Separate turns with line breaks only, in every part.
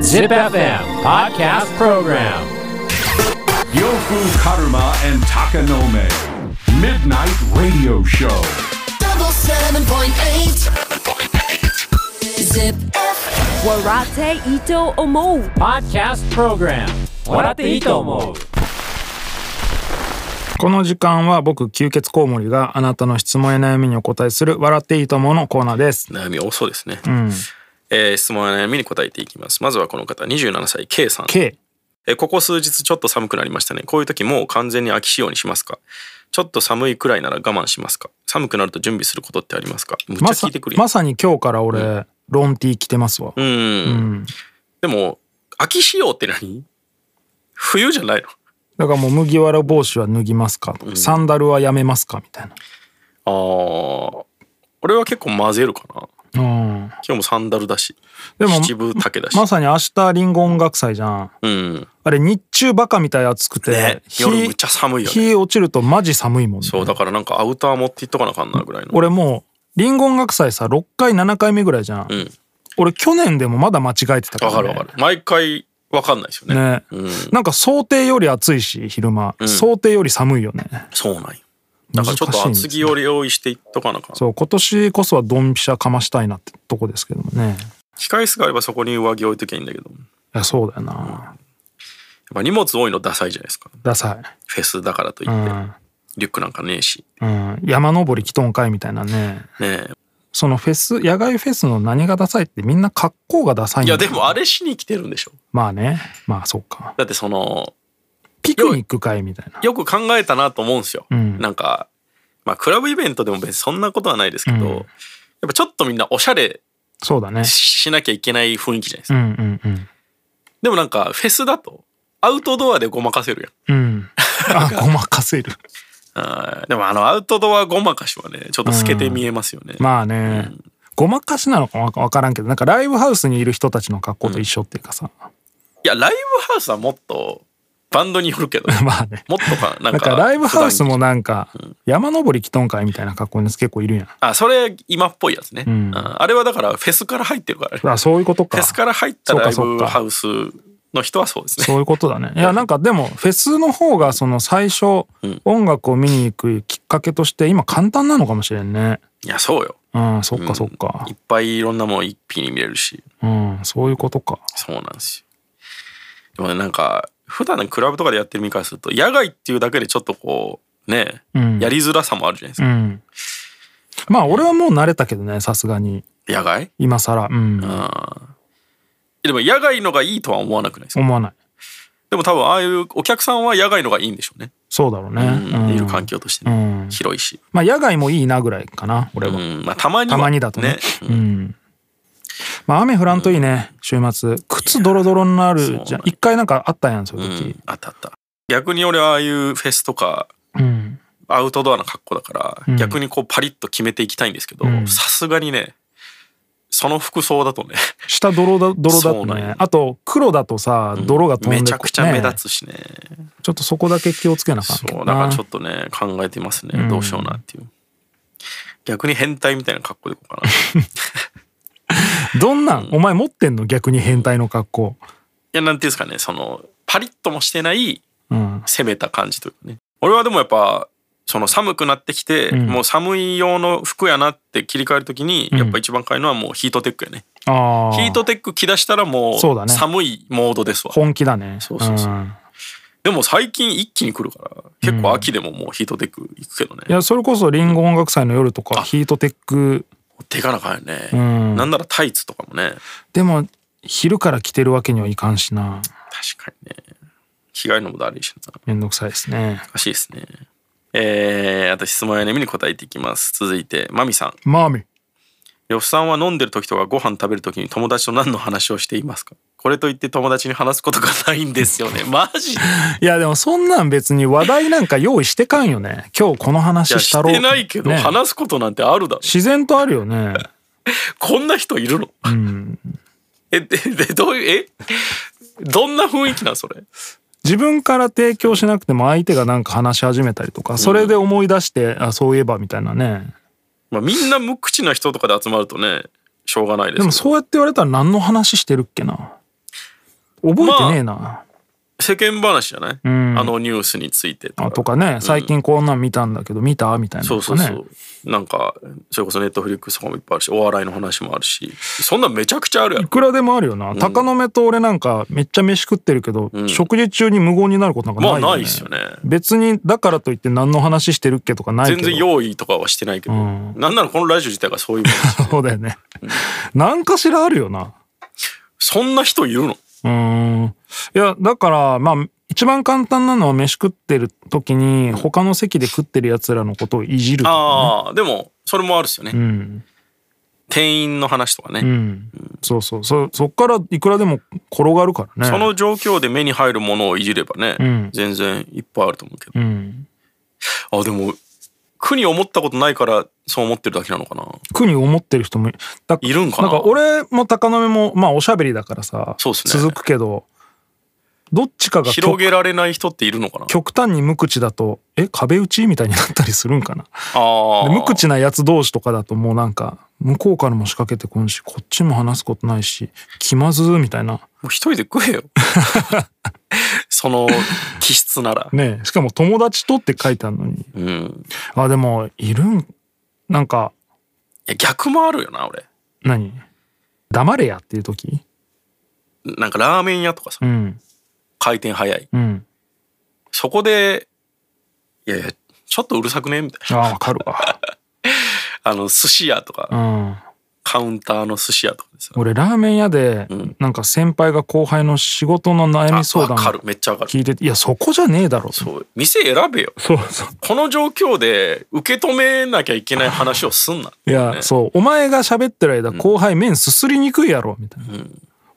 Zip FM Podcast Program
Yofu Karuma and Takanome. Midnight Radio Show.
double seven point eight. Zip.
Warate Ito Omo
Podcast Program 笑っていいと思う
この時間は僕吸血コウモリがあなたの質問や悩みにお答えする笑っていいと思うのコーナーです。
悩み多そうですね、
うん。
えー質問や悩みに答えていきますまずはこの方27歳 K さん、
K。
えーここ数日ちょっと寒くなりましたねこういう時もう完全に秋仕様にしますかちょっと寒いくらいなら我慢しますか寒くなると準備することってありますかむっちゃ
まさ
聞いてくるやん
まさに今日から俺、ロンティー着てますわ。
うん、
うん。
でも秋仕様って何冬じゃないの
だからもう麦わら帽子は脱ぎますかとか、サンダルはやめますかみたいな。
あー俺は結構混ぜるかな
うん。
今日もサンダルだし
でも
七分丈だし、
まさに明日リンゴ音楽祭じゃん。
うん
あれ日中バカみたい暑くて、
ね
日
夜むっちゃ寒いよね
日落ちるとマジ寒いもんね。
そうだからなんかアウター持っていっとかなあかんなぐらいの
俺もうリンゴ音楽祭さ6回7回目ぐらいじゃん、
うん
俺去年でもまだ間違えてたから、
わ
ね、
かるわかる毎回わかんないですよね
ね、
うん
なんか想定より暑いし昼間、想定より寒いよね
そうなんよだからちょっ
難しい
と
んです
厚着を用意していっとかなあかん
そう今年こそはドンピシャかましたいなってとこですけどもね
控え室があればそこに上着置いときゃいいんだけどやっ
いやそうだよな、
ぱ荷物多いのダサいじゃないですか
ダサ
フェスだからといって、
いうん、
リュックなんかねえし
うん、山登り来とんかいみたいなね
ねえ
そのフェス野外フェスの何がダサいってみんな格好がダサいん
い
だよ
やでもあれしに来てるんでしょ
まあねまあそうか
だってその
ピクニックかいみたいな
よく考えたなと思うんですよ、
ん
なんかまあクラブイベントでも別にそんなことはないですけど、やっぱちょっとみんなおしゃれ
そうだね
しなきゃいけない雰囲気じゃないです
う
か、
んうんうん
でもなんかフェスだとアウトドアでごまかせるやん
うん。あ、ごまかせる。
あーでもあのアウトドアごまかしはねちょっと透けて見えますよね、
まあね、ごまかしなのかわからんけど、なんかライブハウスにいる人たちの格好と一緒っていうかさ、
いやライブハウスはもっとバンドによるけど
まあね。
もっとかなん
なん
か
かライブハウスも
普段着
なんか山登り来とんかいみたいな格好のやつ結構いるや
あそれ今っぽいやつね、
ん
ああれはだからフェスから入ってるからね
ん。あそういうことか
フェ。スから入ったライ
そう
ブ
か
ハウスの人はそうですね
そういうことだね。いやなんかでもフェスの方がその最初
ん
音楽を見に行くきっかけとして今簡単なのかもしれんね。
いやそうよ
うん、そっかそっか
い。っぱいいろんなもん一気に見れるし
うん、そういうことか。
そうなんですよでもねなんか普段のクラブとかでやってる身からすると野外っていうだけでちょっとこうね、
うん
やりづらさもあるじゃないです
う
か、
ん。まあ俺はもう慣れたけどね、さすがに。
野外
今更。うん。
でも野外のがいいとは思わなくないですか
思わない。
でも多分ああいうお客さんは野外のがいいんでしょうね、
そうだろうね。
うん
うん
いる環境としてね、広いし、
まあ野外もいいなぐらいかな、俺は。
うんまあ、たまには
たまにだとね。うん。まあ雨降らんといいね、週末。靴ドロドロになる
そう
じゃ
なんの。
一回なんかあったやん、そういうう時
ん。あったあった逆に俺はああいうフェスとか
うん。
アウトドアな格好だから、
ん
逆にこうパリッと決めていきたいんですけど
ん
さすがにねその服装だとね
下泥だ、泥だ
そ
と
うなん
ね
や。
あと、黒だとさ、泥が飛んで
めちゃくちゃ目
つ。
立つしね
ちょっとそこだけ気をつけなあかんけ
そ
ど
うだから
な
ちょ。っとね考えてますね、どうしようなっていう逆に変態みたいな格好でいこうかない
どんなん、お前持ってんの逆に変態の格好。
やなんていうんですかねそのパリッともしてない
うん。
攻めた感じというかね俺はでもやっぱその寒くなってきて、もう寒い用の服やなって切り替えるときに、やっぱ一番買いのはもうヒートテックやね
ああ。
ヒートテック着だしたらも
そうだ
う
ね
寒いモードですわ、
本気だね。
そうそうそうんでも最近一気に来るから結構秋でももうヒートテック行くけどね、
いや、それこそリンゴ音楽祭の夜とか、
あ
ヒートテック
手がなあかんよね、
ん
なんならタイツとかもね
でも昼から着てるわけにはいかんしな
確かにね着替えるのもだるいしな
めんどくさいですね
難しいですねえー、あと質問や悩みに答えていきます続いてマミさん
マーミー
呂布さんは飲んでる時とかご飯食べる時に友達と何の話をしていますかこれといって友達に話すことがないんで すよねマジで
いやでもそんなん別に話題なんか用意してかんよね今日この
いや
話し
した
ろう
てないけど、
ね
話すことなんてあるだろ
自然とあるよね
こんな人いるの、えででどういうえどんな雰囲気なんそれ
自分から提供しなくても相手がなんか話し始めたりとかそれで思い出して、あそういえばみたいなね
まあ、みんな無口な人とかで集まるとねしょうがないですけど
でもそうやって言われたら何の話してるっけな覚えてねえな、
世間話じゃない、
ん
あのニュースについてとか
あ、とかね最近こんなん見たんだけど見たみたいなと
そうそ
か
う
ね
そう、なんかそれこそネットフリックスとかもいっぱいあるしお笑いの話もあるしそんなんめちゃくちゃあるや
い
ろ
くらでもあるよな、鷹の目と俺なんかめっちゃ飯食ってるけど、食事中に無言になることなんかない
ま
よ、
あ
ね
ないっすよね
別にだからといって何の話してるっけとかないけ
全
ど
然用意とかはしてないけど、なんならこのラジオ自体がそういうもんです よ
そうだよね何かしらあるよな
そんな人いるの
うーんいやだからまあ一番簡単なのは飯食ってる時に他の席で食ってるやつらのことをいじるとか
ああでもそれもあるっすよね、店員の話とかね、
そうそうそそっからいくらでも転がるからね
その状況で目に入るものをいじればね、全然いっぱいあると思うけど、あでも苦に思ったことないからそう思ってるだけなのかな
苦に思ってる人もいだ
いるんかな
なんか俺も高野目もまあおしゃべりだからさ
そうっすね
続くけどどっちかが
広
極
げられない人っているのかな
極端に無口だとえ壁打ちみたいになったりするんかな
ああ
で無口なやつ同士とかだともうなんか向こうからも仕掛けてこんしこっちも話すことないし気まずーみたいな
もう一人で食え よその気質なら、
ねえしかも「友達と」って書いてあるのに
うん、い
あでもいるんなんか
や逆もあるよな俺
何黙れやっていう時
なんかラーメン屋とかさ
うん
回転早い
うん
そこでいやいやちょっとうるさくねみたい
あわかるわ
なあの寿司屋とか、
うん
カウンターの寿司屋とかでさ
俺ラーメン屋で
ん
なんか先輩が後輩の仕事の悩み相
あわか
談
るめっちゃわかる
聞いてていやそこじゃねえだろそ
そう店選べよ
そうそう
この状況で受け止めなきゃいけない話をすんな
いや、そうお前が喋ってる間後輩麺すすりにくいやろみたいな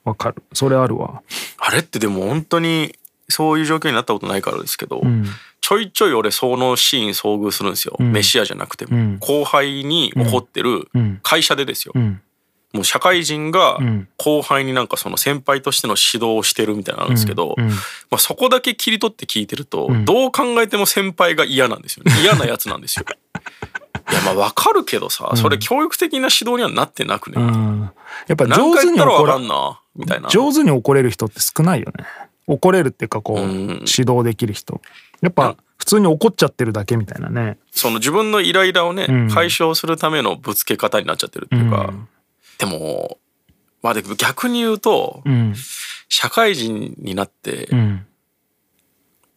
わ、かるそれあるわ
あれってでも本当にそういう状況になったことないからですけど、ちょいちょい俺そのシーン遭遇するんですよ、飯屋じゃなくても、
ん
後輩に怒ってる
ん
会社でですよ、
ん
もう社会人が
ん
後輩になんかその先輩としての指導をしてるみたいなのなんですけど、
うん
まあ、そこだけ切り取って聞いてると、どう考えても先輩が嫌なんですよね嫌なやつなんです よいやまあわかるけどさそれ教育的な指導にはなってなくね、
うんやっぱ
何
上
回
手
言っ
に
たら
怒
わからんなみたいな
上手に怒れる人って少ないよね怒れるっていうかこう、
ん
指導できる人やっぱ普通に怒っちゃってるだけみたいなね
その自分のイライラをね、
ん
解消するためのぶつけ方になっちゃってるっていうか、でもまあでも逆に言うと、
うん
社会人になって
うん、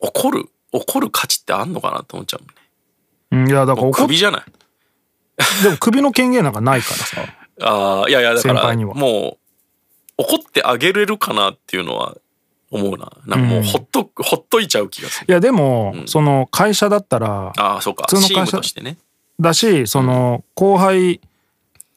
怒る怒る価値ってあんのかなって思っちゃうもんね
うんいやだから
もう
怒っ
首じゃない
でも首の権限なんかないから さ
ああいやいやだか
先
ら
輩には
もう怒ってあげれるかなっていうのは思うななんかもうほっと、ほっといちゃう気がする
いやでも、その会社だったら
ああそうか
普通の
チー
会社
ムとしてね
だしその後輩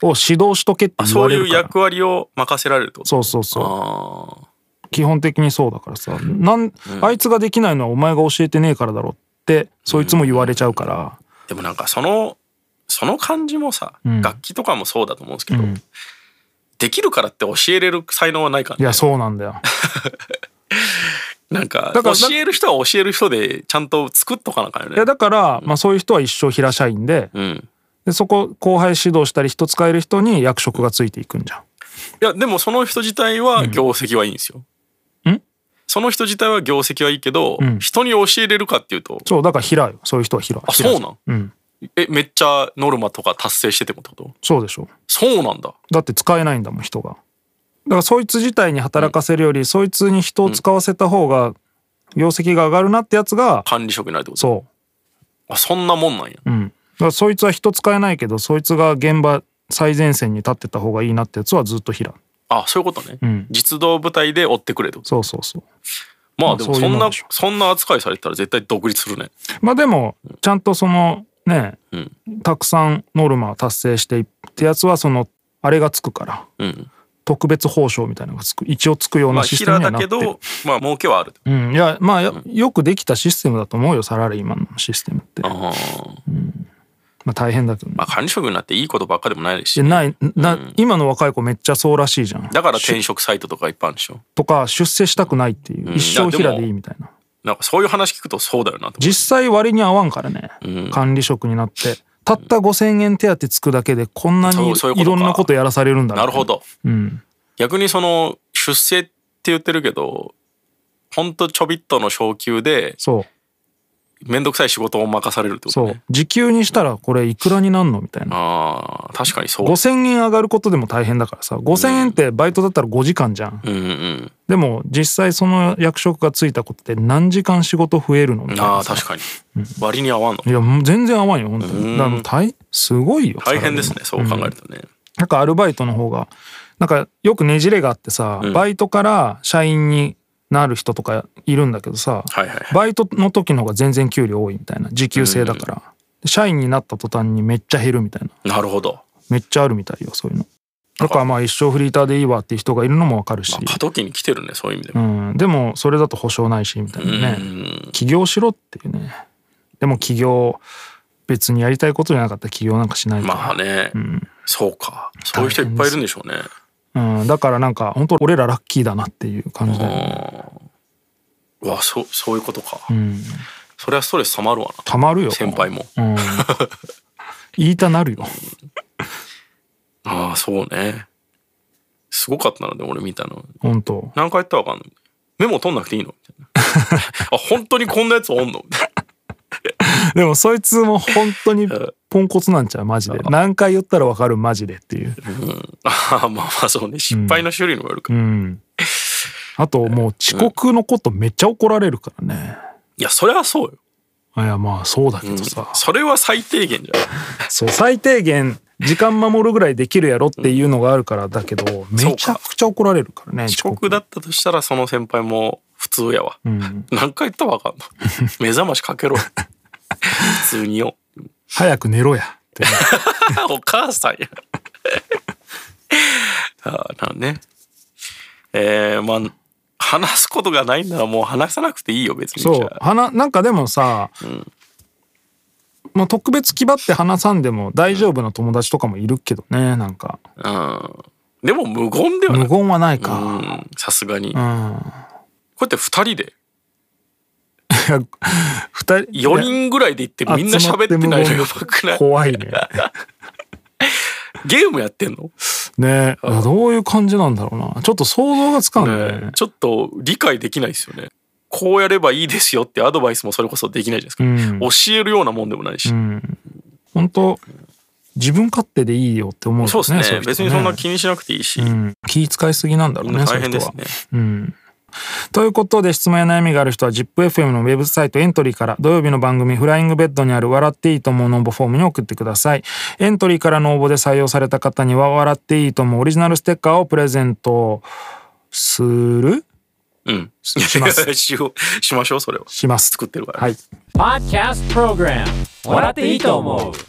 を指導しとけって
あ
言わ
そう
れ
い
る
う
から
役割を任せられるってこと
そうそうそう
ああ
基本的にそうだからさなんあいつができないのはお前が教えてねえからだろってそいつも言われちゃうから
でもなんかそのその感じもさ、
ん
楽器とかもそうだと思うんですけど、できるからって教えれる才能はないから、ね、
いやそうなんだよ
なんか
だから
教える人は教える人でちゃんと作っとかなあかんよ
いや
ね。
だからまあそういう人は一生平社員で
うん、
でそこ後輩指導したり人使える人に役職がついていくんじゃん
いやでもその人自体は業績はいいんですよ。
ん
その人自体は業績はいいけど、
ん
人に教えれるかっていうと
そうだから平よそういう人は平
あそうなん
うん
えめっちゃノルマとか達成しててもってこと
そうでしょ
そうなんだ。
だって使えないんだもん人がだからそいつ自体に働かせるより、そいつに人を使わせた方が業績が上がるなってやつが、
管理職になるってこと
そ
あそんなもんなんや。
ううんだからそいつは人使えないけどそいつが現場最前線に立ってた方がいいなってやつはずっと平
あそういうことね、
ん
実動部隊で追ってくれってこと
そうそうそう
ま
ま
あ
あ
でも
そうい
そ
うんも
なん
でしょ
そんな扱いされてたら絶対独立するね
まあでもちゃんとそのね、
ん
たくさんノルマを達成していってやつはそのあれがつくから
うん
特別報奨みたいなのがつく一応つくよう
まあ
なシステム
平
にはな
だ
って
け
る、
どまあ儲けはある
うんいやまあよよくできたシステムだと思うよサラリーマンのシステムって
あー
まあ大変だけどね
まあ管理職になっていいことばっかでもないです
で
し
ないな、今の若い子めっちゃそうらしいじゃん
だから転職サイトとかいっぱいあるんでしょ
とか出世したくないっていう、
ん
一生平でいいみたいな
なんかそういう話聞くとそうだよなと思
実際割に合わんからね、管理職になってたった5,000円手当つくだけでこんな
そ
に
うそういうこ
い
とか
ろんなことやらされるんだ
なるほ
ど、
ど。
うん、
逆にその出世って言ってるけどほんとちょびっとの昇給で
そう
面倒くさい仕事を任されるってこと
そ
ね
う時給にしたらこれいくらになんのみたいな
あー確かにそう
5,000円上がることでも大変だからさ5,000円ってバイトだったら5時間じゃん
うんうん
でも実際その役職がついたことで何時間仕事増えるのみたい
あ
な
あ
さ
確かに割に合わんの
いやもう全然合わんよ本当
うん
にだからもう大すごいよ
大変で
サ
す
ラリーマ
ね
ン
そう考えるとね
なんかアルバイトの方がなんかよくねじれがあってさ、
ん
バイトから社員になる人とかいるんだけどさ、
はいはいはい
バイトの時の方が全然給料多いみたいな時給制だから、社員になった途端にめっちゃ減るみたいな
なるほど
めっちゃあるみたいよそういうのだからまあ一生フリーターでいいわっていう人がいるのもわかるし
ま、あ過渡期に来てるねそういう意味で
う
も
ん、でもそれだと保証ないしみたいなね、
うん
起業しろっていうねでも起業別にやりたいことじゃなかったら起業なんかしないから、
まあねそうかそういう人いっぱいいるんでしょうね
うん、だからなんか本当俺らラッキーだなっていう感じだよね
うわそうそういうことか
うん
それはストレス溜まるわな
たまるよ
先輩も
うん言いたなるよ
ああそうねすごかったなでも俺見たの
本当
何回やったらわかんないメモ取んなくていいのみ たいなあ本当にこんなやつおんのみたい
でもそいつも本当に
ん
ポンコツなんちゃうマジで何回言ったらわかるマジでっていう
なああまあまあそうね失敗の種類にもよるか
う
ら、
んあともう遅刻のことめっちゃ怒られるからね
いやそれはそうよ、
いやまあそうだけどさ、
それは最低限じゃん
そう最低限時間守るぐらいできるやろっていうのがあるからだけどめちゃくちゃ怒られるからね
遅刻だったとしたらその先輩も普通やわ、
ん
何回言ったらわかんの目覚まし かけろ普通によ
早く寝ろやってね
あ お母さんや。ああ、なるほどね。えー、まあ、話すことがないならもう話さなくていいよ、別に。
そ
じ
う
ゃあ
はななんかでもさ、まあ特別気張って話さんでも大丈夫な友達とかもいるけどねなんか
うん。でも無言ではな
無
い。
言はないか、
うん、さすがに。こ
う
うんやって二人で、
いや二人
四人ぐらいで行ってみんな喋ってないの
集ま
や
って
ば
無
く
言
ない
怖いね。
ゲームやってんの、
ねいやどういう感じなんだろうなちょっと想像がつかんね
ねちょっと理解できないですよね。こうやればいいですよってアドバイスもそれこそできないじゃないですか。
うん
教えるようなもんでもないし。
本当自分勝手でいいよって思うよ
そうですね
い人
別にそんな気にしなくていいし。
うん、気使いすぎなんだろうね、
大変です
そういう
ね。
人は。うんということで質問や悩みがある人は ZIPFM のウェブサイトエントリーから土曜日の番組「フライングベッド」にある「笑っていいと思う」の応募フォームに送ってくださいエントリーからの応募で採用された方には「笑っていいと思う」オリジナルステッカーをプレゼントする
うん。
します
しようしましょう、それは。
します
作ってるから。
はい
Podcast Program 笑っていいと思う